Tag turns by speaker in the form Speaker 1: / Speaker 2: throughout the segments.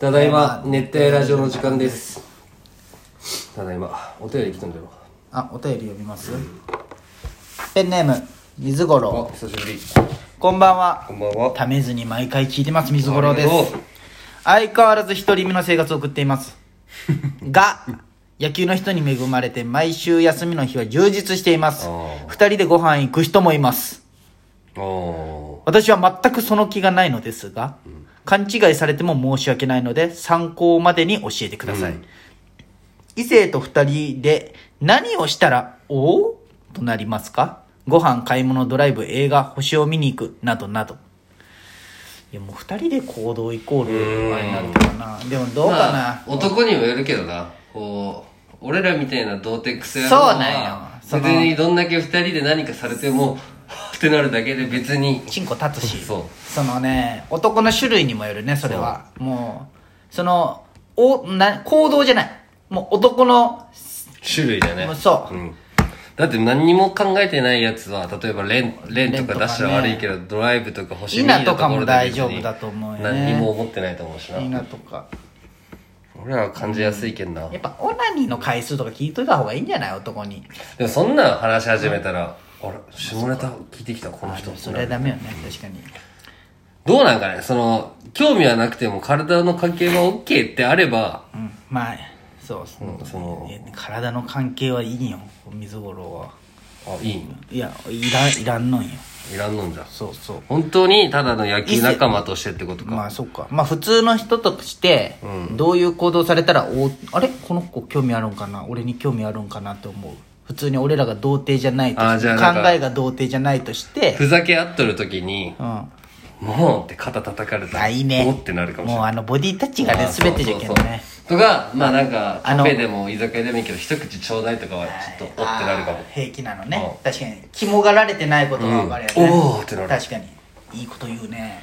Speaker 1: ただいま熱帯ラジオの時間ですただいまお便り来たんだろ
Speaker 2: あお便り読みますペンネーム水五
Speaker 1: あ
Speaker 2: 郎
Speaker 1: 久しぶり
Speaker 2: こんばん
Speaker 1: こ
Speaker 2: は
Speaker 1: んばんは
Speaker 2: ためずに毎回聞いてます水五郎で
Speaker 1: ありが
Speaker 2: す
Speaker 1: とう
Speaker 2: 相変わらず一人身の生活を送っていますが野球の人に恵まれて毎週休みの日は充実しています
Speaker 1: あー
Speaker 2: 二人でご飯行く人もいます
Speaker 1: あー
Speaker 2: 私は全くその気がないのですが、勘違いされても申し訳ないので参考までに教えてください、
Speaker 1: うん
Speaker 2: 異性と二人で何をしたらおおとなりますかご飯買い物ドライブ映画星を見に行くなどなどいやもう二人で行動イコールあれなのかなでもどうかな、
Speaker 1: まあ男にもよるけどなこう俺らみたいな童貞癖や
Speaker 2: そうなんよそ
Speaker 1: 別
Speaker 2: の
Speaker 1: にどんだけ二人で何かされて もはぁってなるだけで別に
Speaker 2: チンコ立つし
Speaker 1: そ
Speaker 2: のね男の種類にもよるねそれはもうそのおな行動じゃないもう男の
Speaker 1: 種類だね、
Speaker 2: もうそうん
Speaker 1: だって何にも考えてないやつは例えばレンレンとか出したら悪いけど、ドライブとか星
Speaker 2: イ
Speaker 1: 見
Speaker 2: ナ
Speaker 1: の
Speaker 2: と
Speaker 1: と
Speaker 2: か
Speaker 1: こ
Speaker 2: も
Speaker 1: ろで
Speaker 2: 大
Speaker 1: 別
Speaker 2: 丈
Speaker 1: に
Speaker 2: 夫だと思うよね
Speaker 1: 何にも思ってないと思うしな
Speaker 2: みんなとか
Speaker 1: 俺らは感じやすいけんな、
Speaker 2: やっぱオナニーの回数とか聞いといた方がいいんじゃない男に
Speaker 1: でもそんなん話し始めたら、あれ下ネタ聞いてきたこの
Speaker 2: あ
Speaker 1: 人
Speaker 2: でもそれはダメよね確かに
Speaker 1: どうなんかねその興味はなくても体の関係は OK ってあれば
Speaker 2: うんまあそうそ
Speaker 1: うんその
Speaker 2: え体の関係はいいよ水五郎は
Speaker 1: あいいん
Speaker 2: いやいらんいらんのんよ
Speaker 1: いらんのんじゃ
Speaker 2: そうそう
Speaker 1: 本当にただの野球仲間としてってことか、
Speaker 2: まあそっかまあ普通の人としてどういう行動されたらおあれこの子興味あるんかな俺に興味あるんかなって思う普通に俺らが童貞じゃないと
Speaker 1: あー
Speaker 2: 考
Speaker 1: じゃあなんか
Speaker 2: えが童貞じゃないとして
Speaker 1: ふざけ合っとる時に
Speaker 2: うん
Speaker 1: 「もう」って肩叩かれたら
Speaker 2: あいいね
Speaker 1: おってなるかもしれ
Speaker 2: もう
Speaker 1: ない
Speaker 2: あのボディタッチがね
Speaker 1: あー
Speaker 2: 全てじゃけん
Speaker 1: そうそう
Speaker 2: ね
Speaker 1: そうとかまあなんか
Speaker 2: あ
Speaker 1: カ
Speaker 2: の
Speaker 1: フェでも居酒屋でもいいけど一口ちょうだいとかはちょっとおってなるかも
Speaker 2: あー平気なのね確かに肝がられてないことが分かるよね、
Speaker 1: うんおーってなる
Speaker 2: 確かにいいこと言うね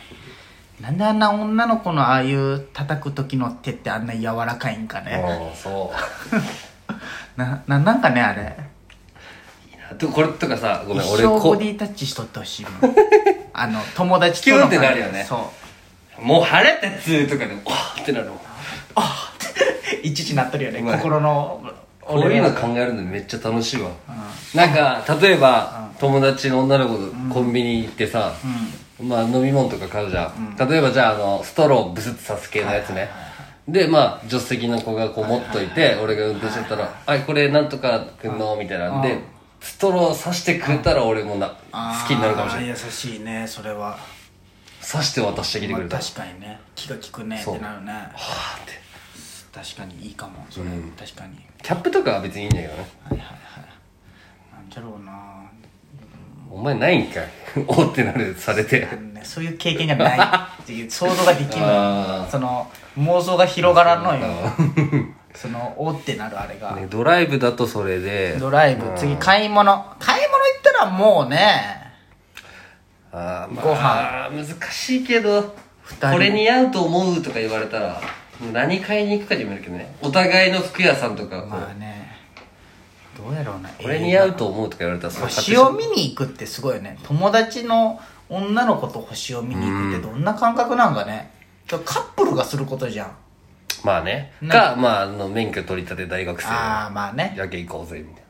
Speaker 2: なんであんな女の子のああいう叩く時の手ってあんな柔らかいんかね
Speaker 1: ああそ
Speaker 2: なななんかねあれ
Speaker 1: ういいなとこれとかさごめん
Speaker 2: 一
Speaker 1: 俺
Speaker 2: 生ボ
Speaker 1: こ
Speaker 2: ディタッチしとってほしいもん あの友達との
Speaker 1: キュンってなるよね
Speaker 2: そう
Speaker 1: もう腹立つとかでわーってなるもん
Speaker 2: あっいちいちなっとるよね
Speaker 1: うまい
Speaker 2: 心の
Speaker 1: こういう
Speaker 2: ら
Speaker 1: の考えるのめっちゃ楽しいわなんか例えば友達の女の子とコンビニ行ってさまあ飲み物とか買うじゃん例えばじゃああのストローブスッと刺す系のやつねでまあ助手席の子がこう持っといて俺が運転してたら「あこれなんとかくんの?」みたいなんでストロー刺してくれたら俺もな好きになるかもしれない
Speaker 2: あー優しいねそれは、
Speaker 1: 刺して渡してきて
Speaker 2: まあ
Speaker 1: くれたら
Speaker 2: 確かにね気が利くねっ
Speaker 1: そう
Speaker 2: てなるね
Speaker 1: はーって
Speaker 2: 確かにいいかもそれ、確かに
Speaker 1: キャップとかは別にいいんだけどね
Speaker 2: はいはいはいなんじゃろうな
Speaker 1: お前ないんかい おってなるされて
Speaker 2: あのねそういう経験がないっていう想像ができ ん
Speaker 1: あ
Speaker 2: のその妄想が広がらんのよ そのおってなるあれが、
Speaker 1: ねドライブだとそれで
Speaker 2: ドライブ次買い物買い物行ったらもうね
Speaker 1: あー、ま
Speaker 2: ご
Speaker 1: あ、難しいけど
Speaker 2: 二人
Speaker 1: これ似合うと思うとか言われたら何買いに行くかにもよるけどねお互いの服屋さんとかこう、
Speaker 2: まあねどうやろうな
Speaker 1: これ似合うと思うとか言われたらそれ買って
Speaker 2: 星を見に行くってすごいよね友達の女の子と星を見に行くってどんな感覚なんかねカップルがすることじゃん
Speaker 1: まあね
Speaker 2: うん
Speaker 1: かまああの免許取り立て大学生
Speaker 2: ああまあね
Speaker 1: やけ行こうぜみたい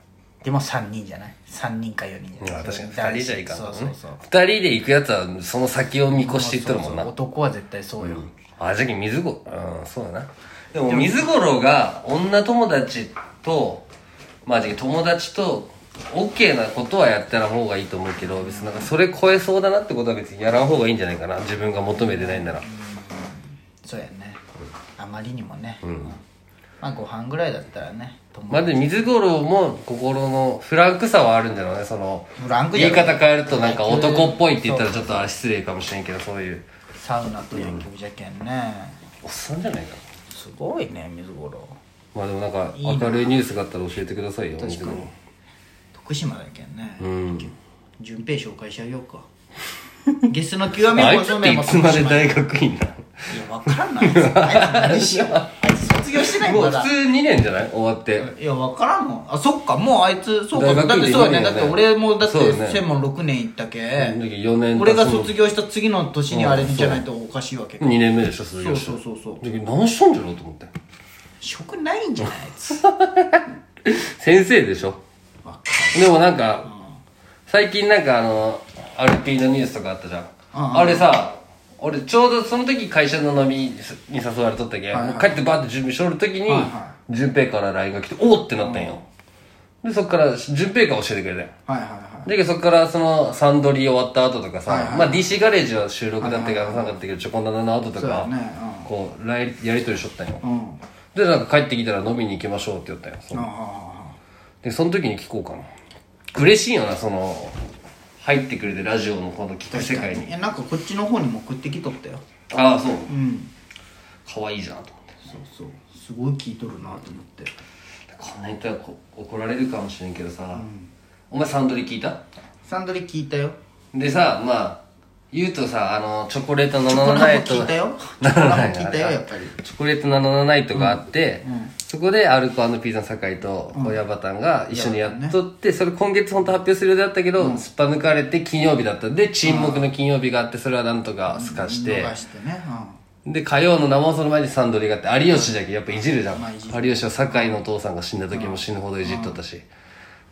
Speaker 2: でも3人じゃない3人か4人じ
Speaker 1: な、
Speaker 2: ゃ
Speaker 1: まあ、
Speaker 2: ない
Speaker 1: 確かに2人じゃいかん
Speaker 2: そう
Speaker 1: もん
Speaker 2: そう
Speaker 1: ね
Speaker 2: そう
Speaker 1: 2人で行くやつはその先を見越していっとるもんな
Speaker 2: そうそう男は絶対そうよ、
Speaker 1: あじゃけ水五うんそうだなでも水五郎が女友達とまあじゃけ友達と OK なことはやったら方がいいと思うけど別になんかそれ超えそうだなってことは別にやらん方がいいんじゃないかな自分が求めてないんなら
Speaker 2: そうやねあまりにもね、まあご飯ぐらいだったらね友
Speaker 1: まあでも水五郎も心のフランクさはあるんだろうねその
Speaker 2: フランクじゃ
Speaker 1: 言い
Speaker 2: ない
Speaker 1: 方変えるとなんか男っぽいって言ったらちょっとあれ失礼かもしれんけどそういう
Speaker 2: サウナと野球じゃけんね、
Speaker 1: おっさんじゃないかな
Speaker 2: すごいね水五郎
Speaker 1: まあでもなんか明るいニュースがあったら教えてくださいよ水五郎
Speaker 2: 徳島だけんね、
Speaker 1: うん
Speaker 2: 順平紹介しちゃうようか ゲスの極み
Speaker 1: あい
Speaker 2: 放
Speaker 1: つ
Speaker 2: 送
Speaker 1: って
Speaker 2: 名
Speaker 1: い
Speaker 2: も
Speaker 1: つ
Speaker 2: 徳
Speaker 1: ま
Speaker 2: 島
Speaker 1: で
Speaker 2: いや
Speaker 1: 大学院なの
Speaker 2: 分からんないあいつ何しようあいつ卒業してない
Speaker 1: もう
Speaker 2: ま
Speaker 1: 普
Speaker 2: だ
Speaker 1: 通2年じゃない終わって
Speaker 2: いや分からんもんあそっかもうあいつそうか
Speaker 1: 大学
Speaker 2: だって
Speaker 1: 院
Speaker 2: そうや
Speaker 1: で
Speaker 2: ね
Speaker 1: いい
Speaker 2: だ
Speaker 1: よ
Speaker 2: っ
Speaker 1: ね
Speaker 2: て俺もだって
Speaker 1: そうね
Speaker 2: 専門6年行ったけ、
Speaker 1: 4年
Speaker 2: 俺が卒業した次の年にあれ
Speaker 1: うん
Speaker 2: じゃないとおかしいわけか
Speaker 1: 2年目でしょ卒
Speaker 2: そ
Speaker 1: 業
Speaker 2: う
Speaker 1: して
Speaker 2: そうそうそう
Speaker 1: だけど何しとんじゃろうと思って
Speaker 2: 職ないんじゃないあいつ
Speaker 1: 先生でしょでもなんか、最近なんかあの RP のニュースとかあったじゃん、
Speaker 2: うん
Speaker 1: あれさ俺ちょうどその時会社の飲みに誘われとったけ、
Speaker 2: はいはい
Speaker 1: もう帰ってバーって準備しとる時に、
Speaker 2: はいは
Speaker 1: 順平から LINE が来ておおってなったんよ、でそっから順平が教えてくれたよ
Speaker 2: はいはいは
Speaker 1: だけどそっからそのサンドリー終わった後とかさ、
Speaker 2: はいはい
Speaker 1: まあ DC ガレージは収録だったけど話さなかったけどチョコナナの後と
Speaker 2: そうだ
Speaker 1: か、
Speaker 2: ね
Speaker 1: こう来やりとりしとったんよ、
Speaker 2: いうん
Speaker 1: でなんか帰ってきたら飲みに行きましょうって言ったよその
Speaker 2: ああ
Speaker 1: でその時に聞こうかな嬉しいよなその入ってくれてラジオのこの聞く世
Speaker 2: 確か
Speaker 1: 界
Speaker 2: にい
Speaker 1: に
Speaker 2: やなんかこっちの方にも送ってきとったよ
Speaker 1: ああそう
Speaker 2: うん
Speaker 1: 可愛いじゃんと思って
Speaker 2: そうそうすごい聞いとるなと思って
Speaker 1: こんな人はこ怒られるかもしれんけどさ、お前サンドリ聞いた
Speaker 2: サンドリ聞いたよ
Speaker 1: でさまあ言うとさあのチョコレート
Speaker 2: チョコラも
Speaker 1: 77と
Speaker 2: 聞いたよチョコラも聞いたよやっぱり
Speaker 1: チョコレート77とかあって、そこでアルコピーザの酒井と小矢端が一緒にやっとって、それ今月本当発表する予定だったけど、すっぱ抜かれて金曜日だったんで沈黙の金曜日があってそれはなんとかすかして、
Speaker 2: 逃してね
Speaker 1: で火曜の生放送の前にサンドリーがあって有吉だけやっぱいじるじゃん、
Speaker 2: まあいじ
Speaker 1: 有吉は酒井のお父さんが死んだ時も死ぬほどいじっとったし、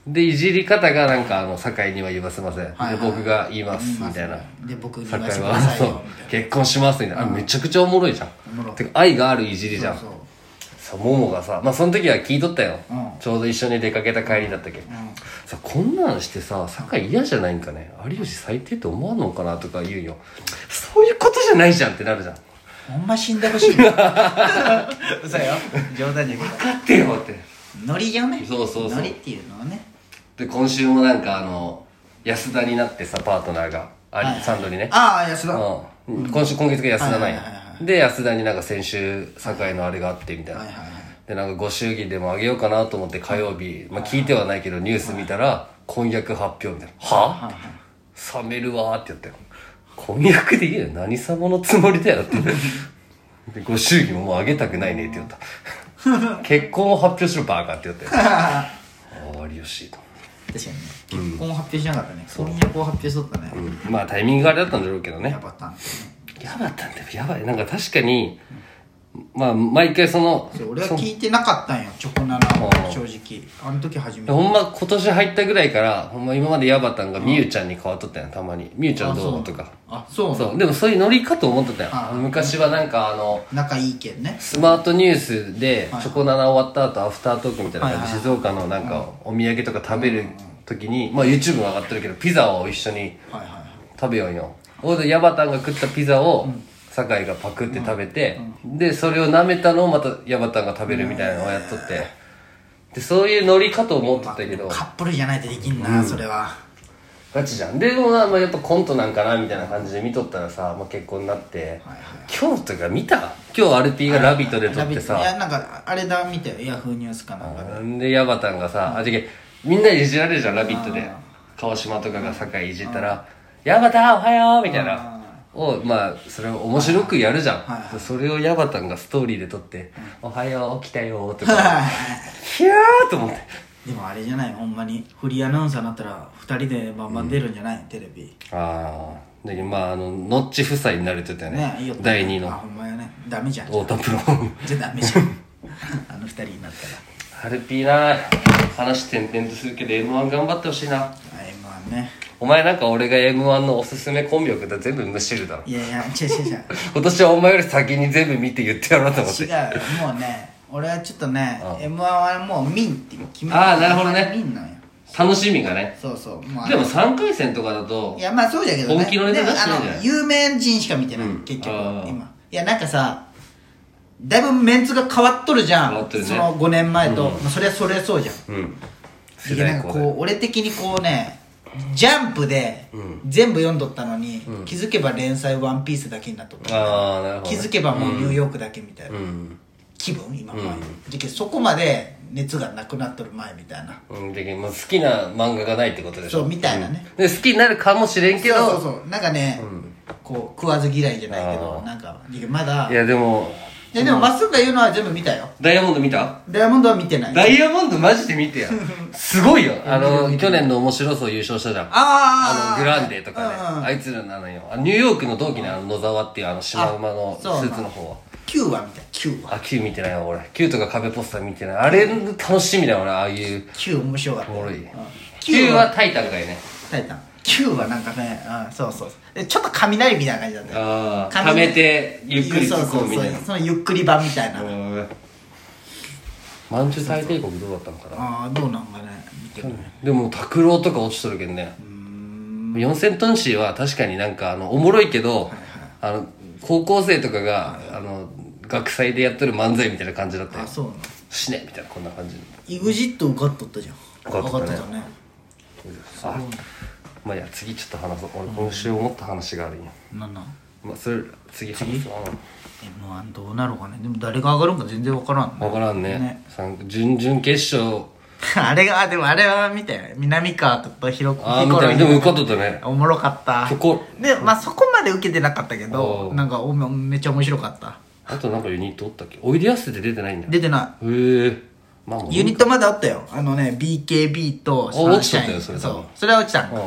Speaker 1: でいじり方がなんかあの酒井には言わせません、
Speaker 2: はい
Speaker 1: で僕が言いますみたいな、
Speaker 2: うんで僕に言
Speaker 1: 酒
Speaker 2: わせ
Speaker 1: 井
Speaker 2: てく
Speaker 1: は
Speaker 2: ださい
Speaker 1: そう
Speaker 2: よみたいな
Speaker 1: 結婚しますみたいな、あめちゃくちゃおもろいじゃん
Speaker 2: おもろい
Speaker 1: てか愛があるいじりじゃん
Speaker 2: そう
Speaker 1: そうももがさまあその時は聞いとったよ、
Speaker 2: うん
Speaker 1: ちょうど一緒に出かけた帰りだったっけ、さこんなんしてさ酒井嫌じゃないんかね有吉最低って思わんのかなとか言うよそういうことじゃないじゃんってなるじゃん
Speaker 2: ほんま死んでほしいな 嘘よ冗談じゃけど
Speaker 1: 分かってよって
Speaker 2: ノリよね
Speaker 1: そうそうそう
Speaker 2: ノリっていうのはね
Speaker 1: で今週もなんかあの安田になってさパートナーがあり、
Speaker 2: はい
Speaker 1: サンドにね
Speaker 2: ああ安 田は
Speaker 1: うん、今週今月が安田なんや、
Speaker 2: はいはいはいは
Speaker 1: で安田になんか先週酒井のあれがあってみたい
Speaker 2: い
Speaker 1: な、
Speaker 2: はいはい
Speaker 1: でなんかご祝儀でもあげようかなと思って火曜日、まあ、聞いてはないけどニュース見たら婚約発表みたいな「は冷めるわ」って言ったよ婚約でいいよ何様のつもりだよってでご祝儀ももうあげたくないねって言った 結婚を発表しろバーカって言ったよああ有吉と
Speaker 2: 確かにね結婚を発表しなかったね婚約を発表しとったね
Speaker 1: うんまあタイミングがあれだったんだろうけどね
Speaker 2: やばったんですね
Speaker 1: やばったんだよやばいなんか確かにまあ毎回その
Speaker 2: そう俺は聞いてなかったんよチョコナナを正直あの時初めて
Speaker 1: ほんま今年入ったぐらいからほんま今までヤバタンがみゆちゃんに変わっとったやんたまにみゆちゃんどうとか
Speaker 2: あそう
Speaker 1: そうでもそういうノリかと思ってた
Speaker 2: あ
Speaker 1: やん昔はなんかあの
Speaker 2: 仲いいけんね
Speaker 1: スマートニュースでチョコナナ終わった後アフタートークみたいな
Speaker 2: は
Speaker 1: 感
Speaker 2: い
Speaker 1: じ
Speaker 2: はい
Speaker 1: で静岡のなんかお土産とか食べる時にまあ YouTube も上がってるけどピザを一緒に
Speaker 2: はいはいはい
Speaker 1: 食べようよほいでヤバタンが食ったピザを酒井がパクって食べて、でそれを舐めたのをまたヤバタンが食べるみたいなのをやっとってでそういうノリかと思ってたけど
Speaker 2: カップルじゃないとできんなそれは
Speaker 1: ガチじゃんでもな、まあ、やっぱコントなんかなみたいな感じで見とったらさ、まあ、結婚になって、
Speaker 2: はいはい
Speaker 1: 今日とか見た今日アルピーが「ラビット!」で撮
Speaker 2: ラ
Speaker 1: っ
Speaker 2: ビ
Speaker 1: て
Speaker 2: ットいや
Speaker 1: さ
Speaker 2: なんかあれだ見てヤフーニュースかなんかで
Speaker 1: んでヤバタンがさ、あじゃみんなにいじられるじゃん「ラビット!」で川島とかが酒井いじったら「ヤバタンおはよう!」みたいなをまあそれを面白くやるじゃん、
Speaker 2: はいはい
Speaker 1: それをヤバタンがストーリーで撮って「おはよう起きたよ」とか
Speaker 2: は
Speaker 1: 「ひゃー!」と思って
Speaker 2: いでもあれじゃないほんまにフリーアナウンサーになったら二人でバンバン出るんじゃないテレビ
Speaker 1: ああだけどまああのノッチ夫妻になれてたよね
Speaker 2: ねいいよ
Speaker 1: 第2
Speaker 2: あ
Speaker 1: の
Speaker 2: ほんまやねダメじゃん
Speaker 1: 太田プロ
Speaker 2: じゃダメじゃん あの二人になったら
Speaker 1: ハルピーな話転々とするけど m 1頑張ってほしいな
Speaker 2: あ m 1ね
Speaker 1: お前なんか俺が m 1のおすすめコンビを送ったら全部無視るだろ
Speaker 2: いやいや違う違う違う
Speaker 1: 今年はお前より先に全部見て言ってやろうと思っ
Speaker 2: 違
Speaker 1: て
Speaker 2: うもうね俺はちょっとね m 1はもうミンって決め
Speaker 1: あーなるほどね
Speaker 2: ミンなんよ
Speaker 1: 楽しみがね
Speaker 2: そうそうもうあれ
Speaker 1: でも3回戦とかだと
Speaker 2: いやまあそうだけどね
Speaker 1: 本気のネタ
Speaker 2: でも
Speaker 1: 出してないんじゃ
Speaker 2: あ
Speaker 1: ない
Speaker 2: の有名人しか見てない、
Speaker 1: うん
Speaker 2: 結局
Speaker 1: あー
Speaker 2: 今いやなんかさだいぶメンツが変わっとるじゃん
Speaker 1: 変わってるね
Speaker 2: その5年前と、まあ、それはそれはそうじゃん
Speaker 1: うん世
Speaker 2: いや
Speaker 1: 代
Speaker 2: なんか
Speaker 1: 交
Speaker 2: こ
Speaker 1: 代
Speaker 2: う俺的にこうねジャンプで全部読んどったのに、気づけば連載「ワンピースだけになっとった、
Speaker 1: ああなるほど
Speaker 2: 気
Speaker 1: ね、
Speaker 2: づけばもうニューヨークだけみたいな、
Speaker 1: うん
Speaker 2: 気分今
Speaker 1: ん
Speaker 2: 前、じゃけそこまで熱がなくなっとる前みたいな
Speaker 1: うんでもう好きな漫画がないってことでしょ
Speaker 2: そうみたいなね、
Speaker 1: で好きになるかもしれんけど
Speaker 2: そうそうそうなんかね、こう食わず嫌いじゃないけど
Speaker 1: あー
Speaker 2: なんかまだ
Speaker 1: いやでも
Speaker 2: やでもまっすぐが言うのは全部見たよ
Speaker 1: ダイヤモンド見た
Speaker 2: ダイヤモンドは見てない
Speaker 1: ダイヤモンドマジで見て や。すごいよ。あの、去年の面白そう優勝したじゃん。
Speaker 2: あー
Speaker 1: の、グランデとかね。
Speaker 2: うんうん
Speaker 1: あいつらなのよ。あニューヨークの同期のあの野沢っていうあのシマウマの
Speaker 2: あ
Speaker 1: ス
Speaker 2: そう
Speaker 1: ーツの方は。
Speaker 2: 9話見た9話
Speaker 1: あ、Q 見てないわ、俺。Q とか壁ポスター見てない。あれ、楽しみだよな、ああいう。
Speaker 2: 9面白かった
Speaker 1: おもろい
Speaker 2: うん。
Speaker 1: Q はタイタンがいいね。
Speaker 2: タイタン9はなんかねうんそうそうそうでちょっと雷みたいな感じだったよ
Speaker 1: ああ、
Speaker 2: 髪
Speaker 1: 溜めて、ゆっくり
Speaker 2: そう
Speaker 1: 突っ込
Speaker 2: そうそう
Speaker 1: むみたいな。
Speaker 2: そのゆっくり版みたいな
Speaker 1: うん満州大帝国どうだったのかな
Speaker 2: ああどうなんかね見てない
Speaker 1: でも拓郎とか落ちとるけんね4000トンシーは確かになんかあのおもろいけど、あの高校生とかが、あの学祭でやっとる漫才みたいな感じだった
Speaker 2: あ
Speaker 1: よ
Speaker 2: そうなの
Speaker 1: 死ねみたいなこんな感じ
Speaker 2: EXIT 受かっとったじゃん
Speaker 1: 受かっとったね
Speaker 2: 受ね
Speaker 1: あまあいいや次ちょっと話そう俺今週思った話があるんや、
Speaker 2: なんなん
Speaker 1: まあそれ次話そう
Speaker 2: m 1どうなるかねでも誰が上がるんか全然分からんね
Speaker 1: 分からんね
Speaker 2: ね
Speaker 1: さん準々決勝
Speaker 2: あれがでもあれは見て南川とひろこ
Speaker 1: ああみたいなでも受かっとったね
Speaker 2: おもろかった
Speaker 1: ここ
Speaker 2: でまあそこまで受けてなかったけど
Speaker 1: おう
Speaker 2: なんかおめめっちゃ面白かった
Speaker 1: あとなんかユニットおったっけおいでやすって出てないんだよ
Speaker 2: 出てな
Speaker 1: へえまあもう
Speaker 2: いユニットまであったよあのね BKB と
Speaker 1: お落ちとったよ
Speaker 2: サ
Speaker 1: それ
Speaker 2: ンシャインそう
Speaker 1: 多分
Speaker 2: それは落ちたんか
Speaker 1: うん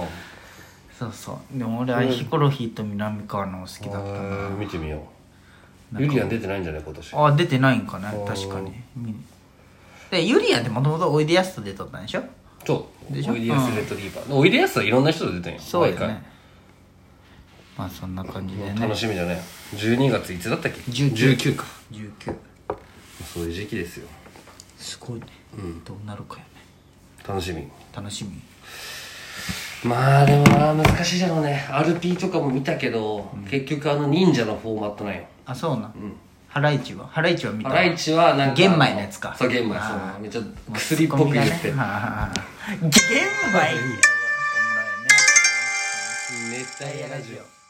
Speaker 2: そうそうでも俺はヒコロヒーと南川の好きだった
Speaker 1: えー見てみようユリアン出てないんじゃない今年
Speaker 2: あ出てないんかね確かに見にでユリアってもともとおいでやすと出とったんでしょ
Speaker 1: そう
Speaker 2: でしょ
Speaker 1: おいでやすレトリーバーおいでやすはいろんな人が出てんよ
Speaker 2: そう
Speaker 1: 毎
Speaker 2: よ
Speaker 1: 回
Speaker 2: ねまあそんな感じでね
Speaker 1: 楽しみだね12月いつだったっけ
Speaker 2: 19
Speaker 1: 19か
Speaker 2: 19
Speaker 1: そういう時期ですよ
Speaker 2: すごいねどうなるかよね
Speaker 1: 楽しみ
Speaker 2: 楽しみ
Speaker 1: まあでもな難しいだろうね RP とかも見たけど結局あの忍者のフォーマットなんよ
Speaker 2: あそうなんハライチはハライチは見た
Speaker 1: ハライチはなんか
Speaker 2: 玄米のやつか
Speaker 1: そう玄米そ
Speaker 2: あ
Speaker 1: うめっちゃ薬っぽく言って
Speaker 2: 玄
Speaker 1: めっ
Speaker 2: 米おもろいね
Speaker 1: 熱帯夜ラジオ